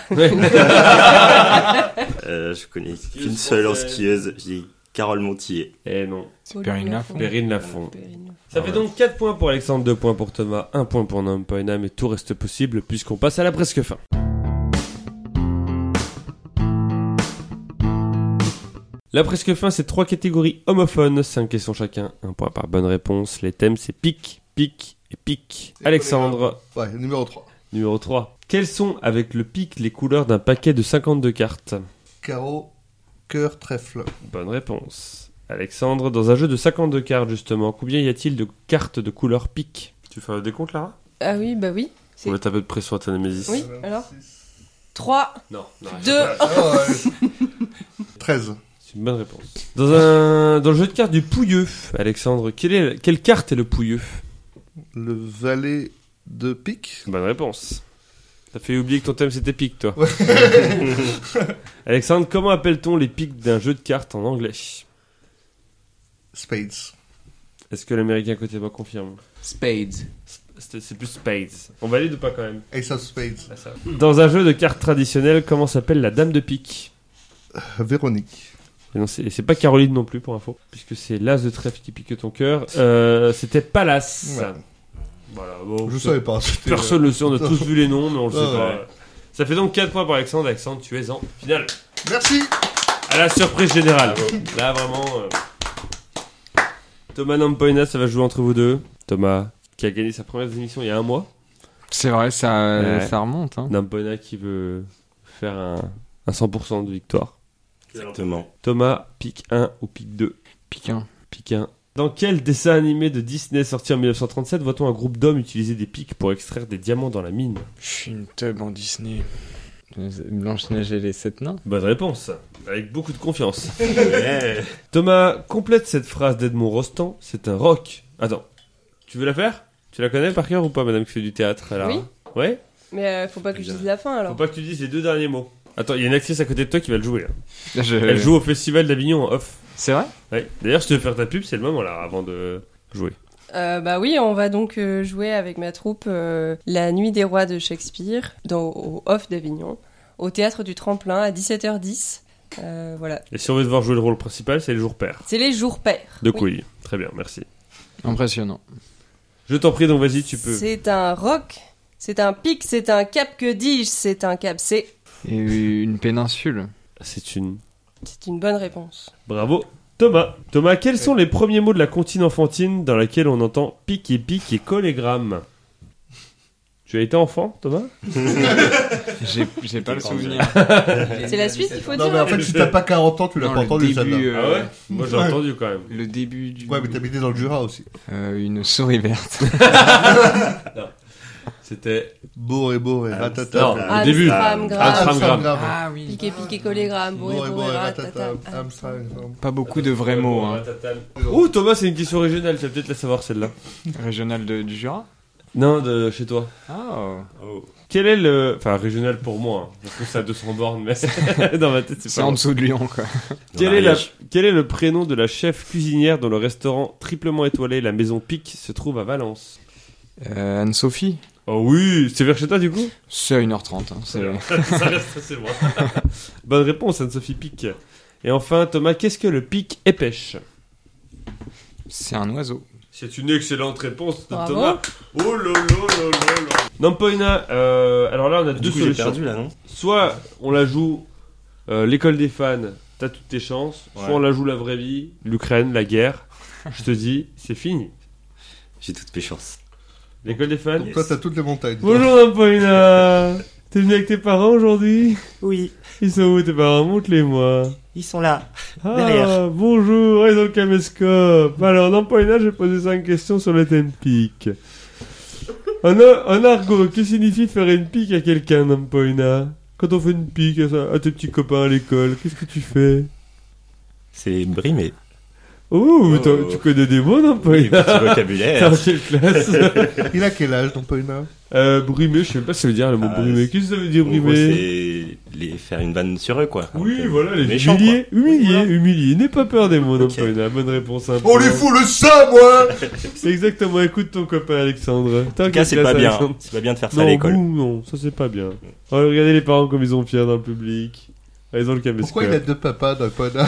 Euh, je connais qu'une seule en
française.
skieuse. Je dis Carole Montillet.
Eh non,
Oh,
Perrine
le
Lafont.
Lafont.
Perrine Lafont.
Euh, Perrine Lafont.
Ça fait donc 4 points pour Alexandre, 2 points pour Thomas, 1 point pour Nampoina, mais tout reste possible puisqu'on passe à la presque fin. La presque fin, c'est trois catégories homophones, 5 questions chacun, 1 point par bonne réponse. Les thèmes, c'est pique, pique et pique.
C'est
Alexandre,
Ouais, numéro 3.
numéro 3. Quelles sont, avec le pic, les couleurs d'un paquet de 52 cartes
Carreau, cœur, trèfle.
Bonne réponse. Alexandre, dans un jeu de 52 cartes, justement, combien y a-t-il de cartes de couleur pique Tu fais un décompte, Lara
Ah oui, bah oui.
On va taper de pression à ta Nemesis.
Oui, alors 3,
Non,
2,
Ah ouais. 13.
C'est une bonne réponse. Dans, un, dans le jeu de cartes du Pouilleux, Alexandre, quelle, est, quelle carte est le Pouilleux
Le valet de pique.
Bonne réponse. T'as fait oublier que ton thème c'était pique, toi.
Ouais.
Alexandre, comment appelle-t-on les piques d'un jeu de cartes en anglais
Spades.
Est-ce que l'américain côté bas confirme
Spades.
C'est c'est plus spades. On valide ou pas quand même
Ace of Spades.
Dans un jeu de cartes traditionnel, comment s'appelle la dame de pique
Véronique.
Et non, c'est et c'est pas Caroline non plus pour info, puisque c'est l'as de trèfle qui pique ton cœur. Euh, C'était Palace.
Ouais.
Voilà, bon,
Je
ça-
savais pas. c'était- euh,
Personne ne le sait, on a tous vu les noms, mais on le sait
Ouais,
pas.
Ah ouais.
Ça fait donc 4 points pour Alexandre. Alexandre, tu es en finale.
Merci.
À la surprise générale.
Ah
Là, vraiment. euh, Thomas Nampoina, ça va jouer entre vous deux. Thomas, qui a gagné sa première émission il y a un mois.
C'est vrai, ça,
Ouais.
ça remonte. Hein.
Nampoina qui veut faire un, un 100% de victoire.
Exactement.
Thomas, pique 1 ou pique 2
Piquin.
Pique 1. Dans quel dessin animé de Disney sorti en 1937 voit-on un groupe d'hommes utiliser des piques pour extraire des diamants dans la mine
Je suis une teub en Disney. Blanche-Neige et les sept nains.
Bonne réponse, avec beaucoup de confiance.
Ouais.
Thomas, complète cette phrase d'Edmond Rostand, c'est un rock. Attends, tu veux la faire Tu la connais par cœur ou pas, madame qui fait du théâtre là
Oui.
Ouais
Mais euh, faut pas que je dise la fin
Faut
alors.
pas que tu dises les deux derniers mots. Attends, il y a une actrice à côté de toi qui va le jouer. là.
Je-
Elle joue au Festival d'Avignon en off.
C'est vrai
Ouais. D'ailleurs, si tu veux faire ta pub, c'est le moment là, avant de jouer.
Euh, bah oui, on va donc euh, jouer avec ma troupe euh, La Nuit des Rois de Shakespeare dans, au Off d'Avignon, au théâtre du Tremplin à 17h10. Euh, voilà.
Et si on veut devoir jouer le rôle principal, c'est le jour père.
C'est les jours pairs.
De
Oui.
couilles. Très bien, merci.
Impressionnant.
Je t'en prie, donc vas-y, tu peux.
C'est un roc, c'est un pic, c'est un cap, que dis-je C'est un cap, c'est.
Et une péninsule.
C'est une.
C'est une bonne réponse.
Bravo, Thomas. Thomas, quels sont les premiers mots de la comptine enfantine dans laquelle on entend pique et pique et collégramme Tu as été enfant, Thomas
J'ai j'ai pas le
Dépend,
souvenir.
C'est la suite qu'il faut
Non,
dire.
mais en
hein
fait, si t'as pas 40 ans, tu l'as
Non,
pas
le
entendu celle-là.
début, euh,
Ah ouais Moi, j'ai
Ouais.
entendu quand même.
Le début du.
Ouais, mais t'habitais dans le Jura aussi.
Euh, une souris verte.
C'était.
Beau et beau et
non.
ratata.
Au début.
Amstram, grave.
Amstram. Amstram,
Ah oui.
Piqué, piqué, collé, gramme, bourré,
Beau et beau
bourré,
et
ratata.
ratata.
Ah.
Amstram.
Pas beaucoup de vrais mots. Hein.
Oh, Thomas, c'est une question régionale, tu vas peut-être la savoir celle-là.
Régional de- du Jura
Non, de chez toi.
Ah.
Quel est le. Enfin, régional pour moi, hein, parce que c'est à 200 bornes, mais c'est- dans ma tête, c'est
C'est
pas.
en
bon.
dessous de Lyon, quoi.
Quel est, la- Quel est le prénom de la chef cuisinière dont le restaurant triplement étoilé, la maison Pic, se trouve à Valence
Euh, Anne-Sophie
Oh oui, c'est vers chez toi du coup
C'est à 1h30. hein, c'est-
Ça reste assez loin. Bonne réponse, Anne-Sophie Pic. Et enfin, Thomas, qu'est-ce que le pic épêche
C'est un oiseau.
C'est une excellente réponse de
Bravo.
Thomas. Oh là là là là là. Nampoina, euh, alors là on a deux
Du coup, j'ai
solutions.
perdu là, non
Soit on la joue euh, l'école des fans, t'as toutes tes chances.
Ouais.
Soit on la joue la vraie vie, l'Ukraine, la guerre. Je te dis, c'est fini.
J'ai toutes mes chances.
L'école des fans.
Donc toi, t'as toutes les montagnes. toi.
Bonjour Nampoina T'es venu avec tes parents aujourd'hui
Oui,
Ils sont où tes parents Montre-les-moi.
ils sont là.
Ah,
Derrière.
bonjour, et dans le caméscope. Alors, dans Paulina, j'ai posé cinq questions sur le thème pique. En, a- en argot, que signifie faire une pique à quelqu'un, dans Paulina Quand on fait une pique à, sa- à tes petits copains à l'école, qu'est-ce que tu fais
C'est brimé.
Oh,
Oh.
t'as- tu connais des mots, dans
Oui,
Paulina
petit
T'es en
vocabulaire.
quelle classe
Il a quel âge, ton Paulina
euh, Brimer, je sais pas ce que ça veut dire le mot
Ah,
brimer.
c'est-
Qu'est-ce que ça veut dire
En gros,
brimer
c'est les faire une vanne sur eux, quoi.
Oui,
Donc, euh,
voilà, les
méchants,
humilier, humilier,
Oui, voilà.
humilier. N'aie pas peur des mots, dans
Ok.
Paulina. Bonne réponse. hein,
On les
Paulina.
fout le sang, moi
C'est exactement, écoute ton copain Alexandre. T'as
En tout cas, c'est pas bien. C'est pas bien de faire ça à
Non,
l'école.
vous, non, ça c'est pas bien. Oh, regardez les parents comme ils ont fiers dans le public. Ah, ils ont le caméscope.
Pourquoi il a deux papas dans le Paulina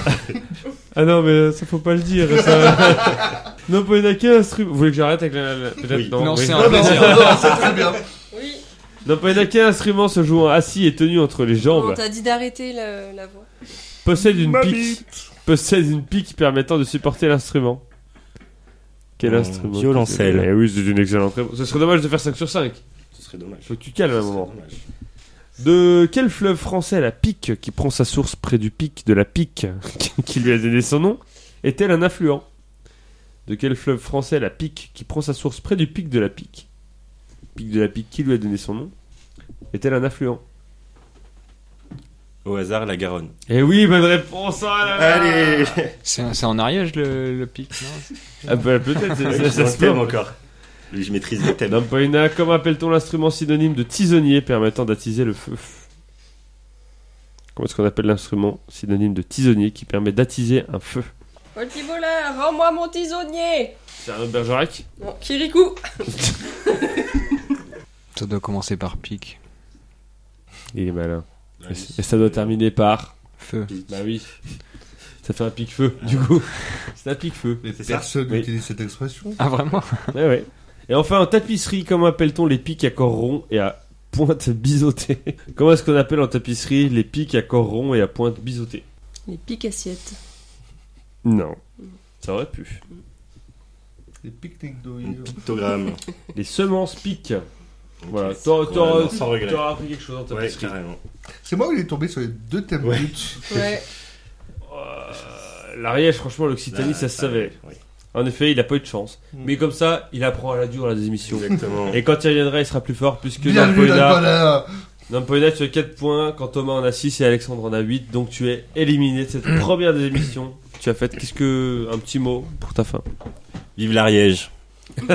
Ah non, mais ça faut pas le dire. Ça... non, Paulina, quel instrument. Vous voulez que j'arrête avec la. la- Peut-être
Oui.
non.
Non,
oui.
c'est un-
Non, non, non, c'est très bien.
Oui,
Non, Paulina, quel instrument se jouant assis et tenu entre les
on
jambes
t'a dit d'arrêter la, la voix.
possède une
Ma
pique possède une pique permettant de supporter l'instrument Quel
Un
instrument
violoncelle.
Eh oui, c'est une excellente réponse. Ce serait dommage de faire 5 sur 5.
Ce serait dommage.
Faut que tu calmes un moment.
dommage.
De quel fleuve français la Pique, qui prend sa source près du pic de la Pique, qui lui a donné son nom, est-elle un affluent De quel fleuve français la Pique, qui prend sa source près du pic de la Pique, pic de la Pique, qui lui a donné son nom, est-elle un affluent
Au hasard, la Garonne. Ah
Eh oui, bonne réponse oh là là
Allez
C'est un- c'est en Ariège le, le pic, non
Ah bah, peut-être, c'est- ça, ça
Je
se peut.
thème encore. Lui, je maîtrise les thèmes.
Madame Paulina, comment appelle-t-on l'instrument synonyme de tisonnier permettant d'attiser le feu Comment est-ce qu'on appelle l'instrument synonyme de tisonnier qui permet d'attiser un feu
Paul Thibaulin, rends-moi mon tisonnier
C'est un bergerac
Bon, Kirikou
Ça doit commencer par pic.
Il est malin. Et c- Et ça doit terminer par.
Feu.
Ah, Bah oui. Ça fait un pic-feu, du coup. C'est un pic-feu.
Mais
C'est ça.
personne
Oui.
n'utilise cette expression.
Ah, vraiment
Ouais, ouais. Et enfin, en tapisserie, comment appelle-t-on les pics à corps rond et à pointe biseautée Comment est-ce qu'on appelle en tapisserie les pics à corps rond et à pointe biseautée
Les piques assiettes.
Non. Ça aurait pu.
Les pique-niques
Une
d'oeil.
pictogramme.
Les semences piques. Voilà.
Ok, c'est-
T'auras-
ouais,
T'auras
non, sans regret.
t'auras appris quelque chose en
Ouais,
tapisserie.
carrément.
C'est moi où il est tombé sur les deux thèmes
Ouais.
buts.
Ouais.
Euh, L'Ariège, franchement, l'Occitanie, ça
Ah,
se savait.
Oui,
En effet, il a pas eu de chance. Mais comme ça, il apprend à la dure à la émissions.
Hmm. Exactement.
Et quand il reviendra, il sera plus fort puisque
Bienvenue dans le
Nampoina,
Paulina
Nampoina, tu as 4 points, quand Thomas en a 6 et Alexandre en a 8, donc tu es éliminé de cette première des émissions. Tu as fait, qu'est-ce que, un petit mot pour ta fin
Vive l'Ariège.
On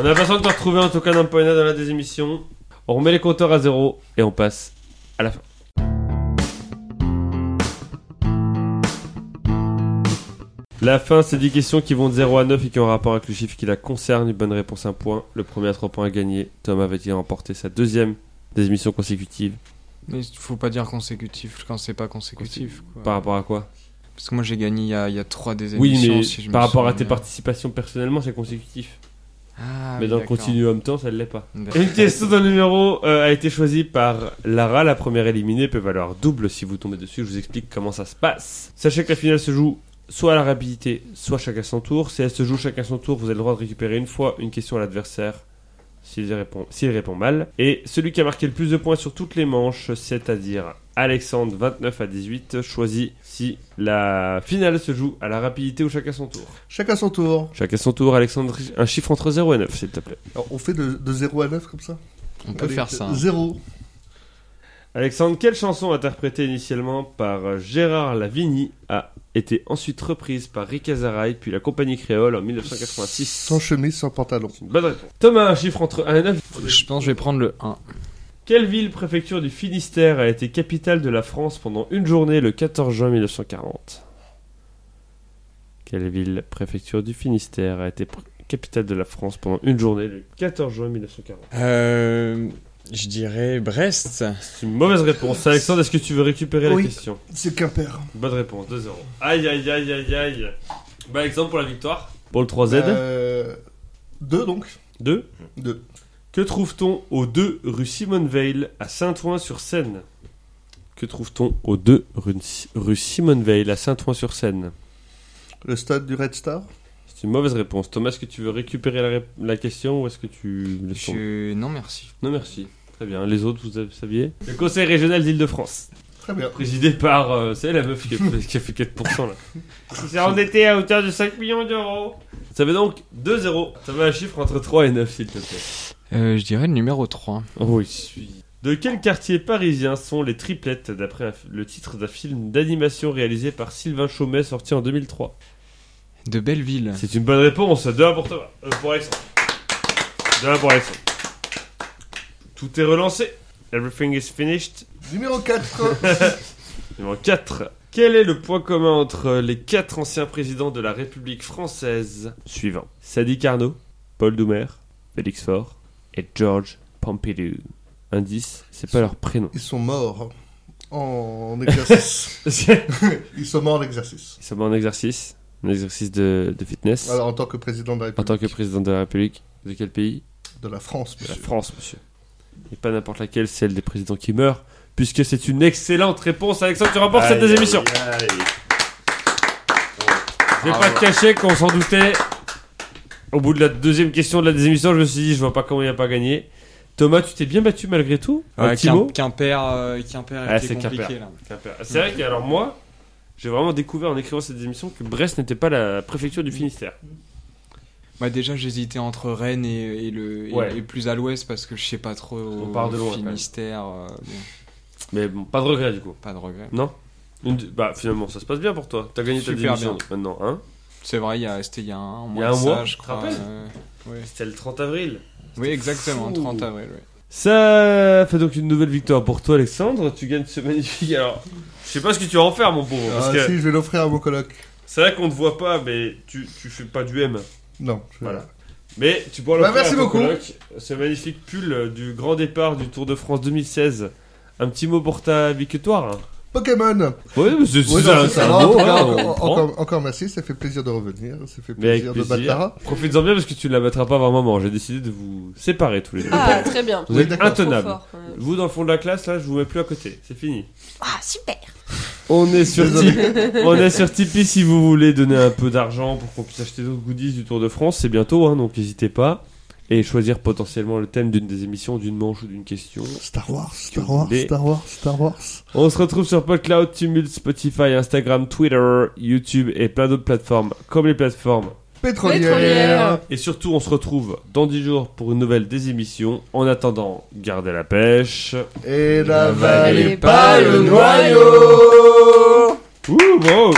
a l'impression de te retrouver en tout cas dans Poena dans la des émissions. On remet les compteurs à zéro et on passe à la fin. La fin, c'est 10 questions qui vont de 0 à 9 et qui ont rapport avec le chiffre qui la concerne. Une bonne réponse, un point. Le premier à 3 points à gagner. Thomas va-t-il remporter sa deuxième des émissions consécutives
Mais il faut pas dire consécutif quand c'est pas consécutif. quoi.
Par rapport à quoi
Parce que moi j'ai gagné il y a, il y a trois des
Oui,
émissions.
mais
si je me
par rapport à tes
souviens.
participations personnellement, c'est consécutif.
Ah,
mais
oui,
dans le
d'accord. Bah,
continuum temps, ça ne l'est pas.
D'accord.
Une question d'un numéro euh, a été choisie par Lara, la première éliminée peut valoir double si vous tombez dessus, je vous explique comment ça se passe. Sachez que la finale se joue soit à la rapidité, soit chacun son tour. Si elle se joue chacun son tour, vous avez le droit de récupérer une fois une question à l'adversaire s'il y répond, s'il répond mal. Et celui qui a marqué le plus de points sur toutes les manches, c'est-à-dire Alexandre 29 à 18, choisit si la finale se joue à la rapidité ou chacun son tour.
Chacun son tour.
Chacun son tour, Alexandre, un chiffre entre 0 et 9 s'il te plaît.
Alors, on fait de, de 0 à 9 comme ça
On peut
Allez,
faire ça. hein.
0.
Alexandre, quelle chanson interprétée initialement par euh, Gérard Lavigny a été ensuite reprise par Rick Azaray puis la compagnie créole en 1986
Sans chemise, sans pantalon.
C'est une bonne réponse. Thomas, un chiffre entre 1 et 9.
Je pense que je vais prendre le 1.
Quelle ville-préfecture du Finistère a été capitale de la France pendant une journée le 14 juin 1940 Quelle ville-préfecture du Finistère a été pr- capitale de la France pendant une journée le 14 juin 1940
Euh, je dirais Brest.
C'est une mauvaise réponse. Alexandre, est-ce que tu veux récupérer
Oui.
la question
C'est Quimper.
Bonne réponse, 2-0. Aïe, aïe, aïe, aïe, aïe. Bon exemple pour la victoire. Euh, Pour le 3Z.
2 Euh, donc
2.
2.
Que trouve-t-on aux 2 rue Simone Veil à Saint-Ouen-sur-Seine Que trouve-t-on aux 2 rue, rue Simone Veil à Saint-Ouen-sur-Seine
Le stade du Red Star
C'est une mauvaise réponse. Thomas, est-ce que tu veux récupérer la, ré- la question ou est-ce que tu laisses tomber
Je... Non, merci.
Non, merci. Très bien. Les autres, vous avez- saviez Le Conseil régional d'Île-de-France.
Très bien.
Présidé par. euh, c'est la meuf qui a, qui a fait 4% là. Qui s'est endettée à hauteur de 5 millions d'euros. Ça fait donc 2-0. Ça va un chiffre entre 3 et 9, s'il te plaît.
Euh, je dirais le numéro 3.
Oh, il suit. De quel quartier parisien sont les triplettes d'après un- le titre d'un film d'animation réalisé par Sylvain Chaumet sorti en 2003
De Belleville.
C'est une bonne réponse. 2-1 pour Thomas. Euh, pour Alexandre. 2-1 pour Alexandre. Tout est relancé. Everything is finished.
Numéro 4.
Numéro 4. Quel est le point commun entre les quatre anciens présidents de la République française suivants Sadi Carnot, Paul Doumer, Félix Faure et George Pompidou. Indice, c'est pas leur prénom.
Ils sont morts hein. en exercice.
Ils
Ils sont morts en exercice.
sont en exercice, un exercice de, de fitness.
Alors en tant que président de
en
la République
tant que président de la République, de quel pays
de la France,
De la
monsieur.
France, monsieur. Et pas n'importe laquelle, celle des présidents qui meurent, puisque c'est une excellente réponse. Alexandre, tu remportes cette
Aïe,
des émissions.
aïe, aïe.
Je vais pas te cacher qu'on s'en doutait. Au bout de la deuxième question de la deuxième émission, je me suis dit, je vois pas comment il a pas gagné. Thomas, tu t'es bien battu malgré tout hein, Un
Ouais,
petit
Quim-
mot
Quimper, euh, Quimper
Ah,
était
c'est
compliqué
Quimper.
là.
C'est vrai que, alors moi, j'ai vraiment découvert en écrivant cette émission que Brest n'était pas la préfecture du Finistère.
Bah déjà j'hésitais entre Rennes et, et le et-
Ouais.
et plus à l'ouest parce que je sais pas trop au
part de loin, quand même.
Finistère. euh, bon,
Mais bon, pas de regret du coup.
pas de regret.
Non Une- Bah finalement, ça se passe bien pour toi. T'as gagné ta
Super
démission
bien.
maintenant, hein
C'est vrai, il y a, c'était il y a un mois,
y a
de
un
ça,
mois,
je
tu te
crois.
rappelles
euh, oui.
C'était le 30 avril.
Oui, exactement,
fou.
30 avril. oui.
Ça fait donc une nouvelle victoire pour toi, Alexandre. Tu gagnes ce magnifique. Alors, je sais pas ce que tu vas en faire, mon pauvre. parce
Ah,
que
Si, je vais l'offrir à mon coloc.
c'est vrai qu'on te voit pas, mais tu, tu fais pas du M.
Non. je-
Voilà. Mais tu pourras le
Bah,
faire
merci
à ton
beaucoup.
coloc, ce magnifique pull euh, du grand départ du Tour de France 2016. Un petit mot pour ta victoire.
Pokémon
Oui, c'est
Oui, non, c'est ça.
un
En
mot. hein,
tout cas, encore, encore- encore merci, ça fait plaisir de revenir, ça fait
Mais avec
plaisir, de battre
plaisir.
Lara.
Profites-en bien parce que tu ne la battras pas avant un moment. J'ai décidé de vous séparer tous les deux.
Ah, très bien.
Vous
Oui,
êtes
d'accord.
intenables.
Trop fort, ouais.
Vous, dans le fond de la classe, là, je vous mets plus à côté. C'est fini.
Ah, super.
On est sur
Désolé.
Tipeee. On est sur Tipeee si vous voulez donner un peu d'argent pour qu'on puisse acheter d'autres goodies du Tour de France. C'est bientôt, hein, donc n'hésitez pas. Et choisir potentiellement le thème d'une des émissions, d'une manche ou d'une question.
Star Wars,
Que
Star
vous
Wars,
voulez.
Star Wars, Star Wars.
On se retrouve sur PodCloud, Tumult, Spotify, Instagram, Twitter, YouTube et plein d'autres plateformes, comme les plateformes.
Pétrolière.
Et surtout, on se retrouve dans 10 jours pour une nouvelle des émissions. En attendant, gardez la pêche.
Et la
N'avalez
vallée pas le noyau.
Ouh, bravo.